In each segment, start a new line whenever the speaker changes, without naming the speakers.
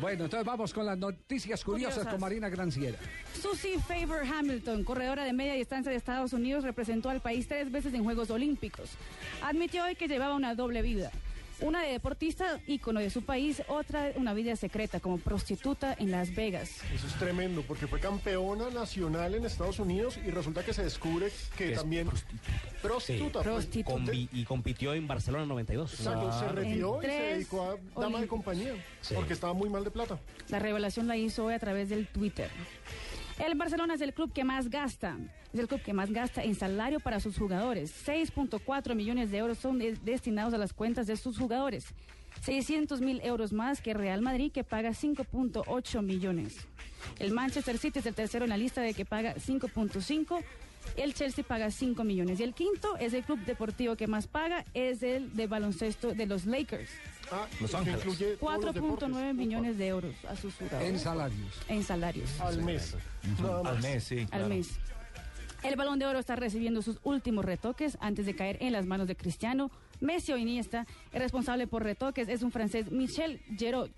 Bueno, entonces vamos con las noticias curiosas,
Curiosas.
con Marina Granciera.
Susie Faber Hamilton, corredora de media distancia de Estados Unidos, representó al país tres veces en Juegos Olímpicos. Admitió hoy que llevaba una doble vida. Una de deportista, ícono de su país, otra una vida secreta como prostituta en Las Vegas.
Eso es tremendo, porque fue campeona nacional en Estados Unidos y resulta que se descubre que
es
también
prostituta.
prostituta.
Sí.
pues,
Prostituta.
te-
Combi- y compitió en Barcelona 92.
Exacto, se retiró y
En
se
tres
dedicó a dama de
olímpicos.
compañía,
Sí.
porque estaba muy mal de plata.
La revelación la hizo hoy a través del Twitter. El Barcelona es el club que más gasta, es el club que más gasta en salario para sus jugadores. 6.4 millones de euros son de- destinados a las cuentas de sus jugadores. 600 mil euros más que Real Madrid, que paga 5.8 millones. El Manchester City es el tercero en la lista de que paga 5.5. El Chelsea paga 5 millones. Y el quinto es el club deportivo que más paga, es el de baloncesto de los Lakers.
Ah,
Los
que
Ángeles.
incluye todos los deportes.
4.9 millones de euros a sus
En
jugadores
salarios.
en salarios.
al mes. Nada más.
Al mes, sí.
al mes. El balón de oro está recibiendo sus últimos retoques antes de caer en las manos de Cristiano. Messi o Iniesta, el responsable por retoques es un francés Michel Gerot.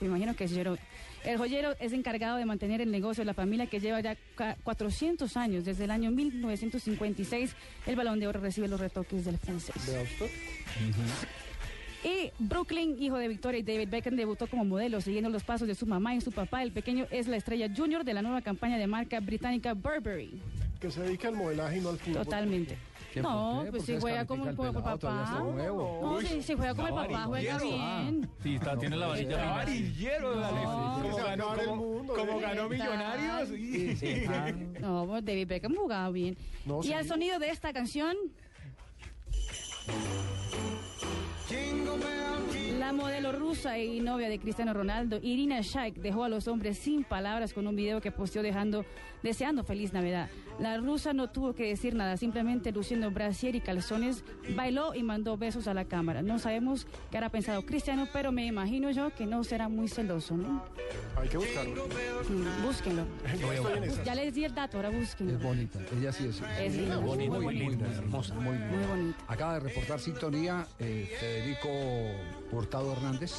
Me imagino que es Gerot. El joyero es encargado de mantener el negocio de la familia que lleva ya ca- 400 años. Desde el año 1956, el balón de oro recibe los retoques del francés.
Vea usted.
Y Brooklyn, hijo de Victoria y David Beckham, debutó como modelo, siguiendo los pasos de su mamá y su papá. El pequeño es la estrella junior de la nueva campaña de marca británica Burberry.
Que se dedica al modelaje y no al fútbol.
Totalmente.
¿Qué, por
No,
qué?
pues
Porque
si
es
juega como
califica
como
el pelado,
el
todavía
papá.
está nuevo.
No, si, si juega como el papá, juega bien.
Sí, está, tiene la varilla fina.
Como ganó,
ganó-
el mundo. ¿eh?
Millonarios. No, pues, David Beckham jugaba bien.
No,
y
sí.
al sonido de esta canción. La modelo rusa y novia de Cristiano Ronaldo, Irina Shayk, dejó a los hombres sin palabras con un video que posteó dejando, deseando feliz Navidad. La rusa no tuvo que decir nada, simplemente luciendo brasier y calzones, bailó y mandó besos a la cámara. No sabemos qué hará pensado Cristiano, pero me imagino yo que no será muy celoso, ¿no?
Hay que buscarlo.
Mm, Búsquenlo.
Yo estoy en esas.
Ya les di el dato, ahora búsquenlo.
Es bonita. Ella sí es.
Es linda,
muy
bonita, muy
linda,
bonita, hermosa.
Muy linda.
Muy bonita.
Acaba de reportar sintonía eh, Federico Hurtado Hernández.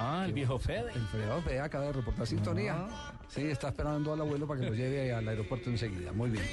Ah, el viejo Fede. Ah.
El fregado Fede acaba de reportar sintonía. Sí, está esperando al abuelo para que lo lleve al aeropuerto enseguida. Muy bien.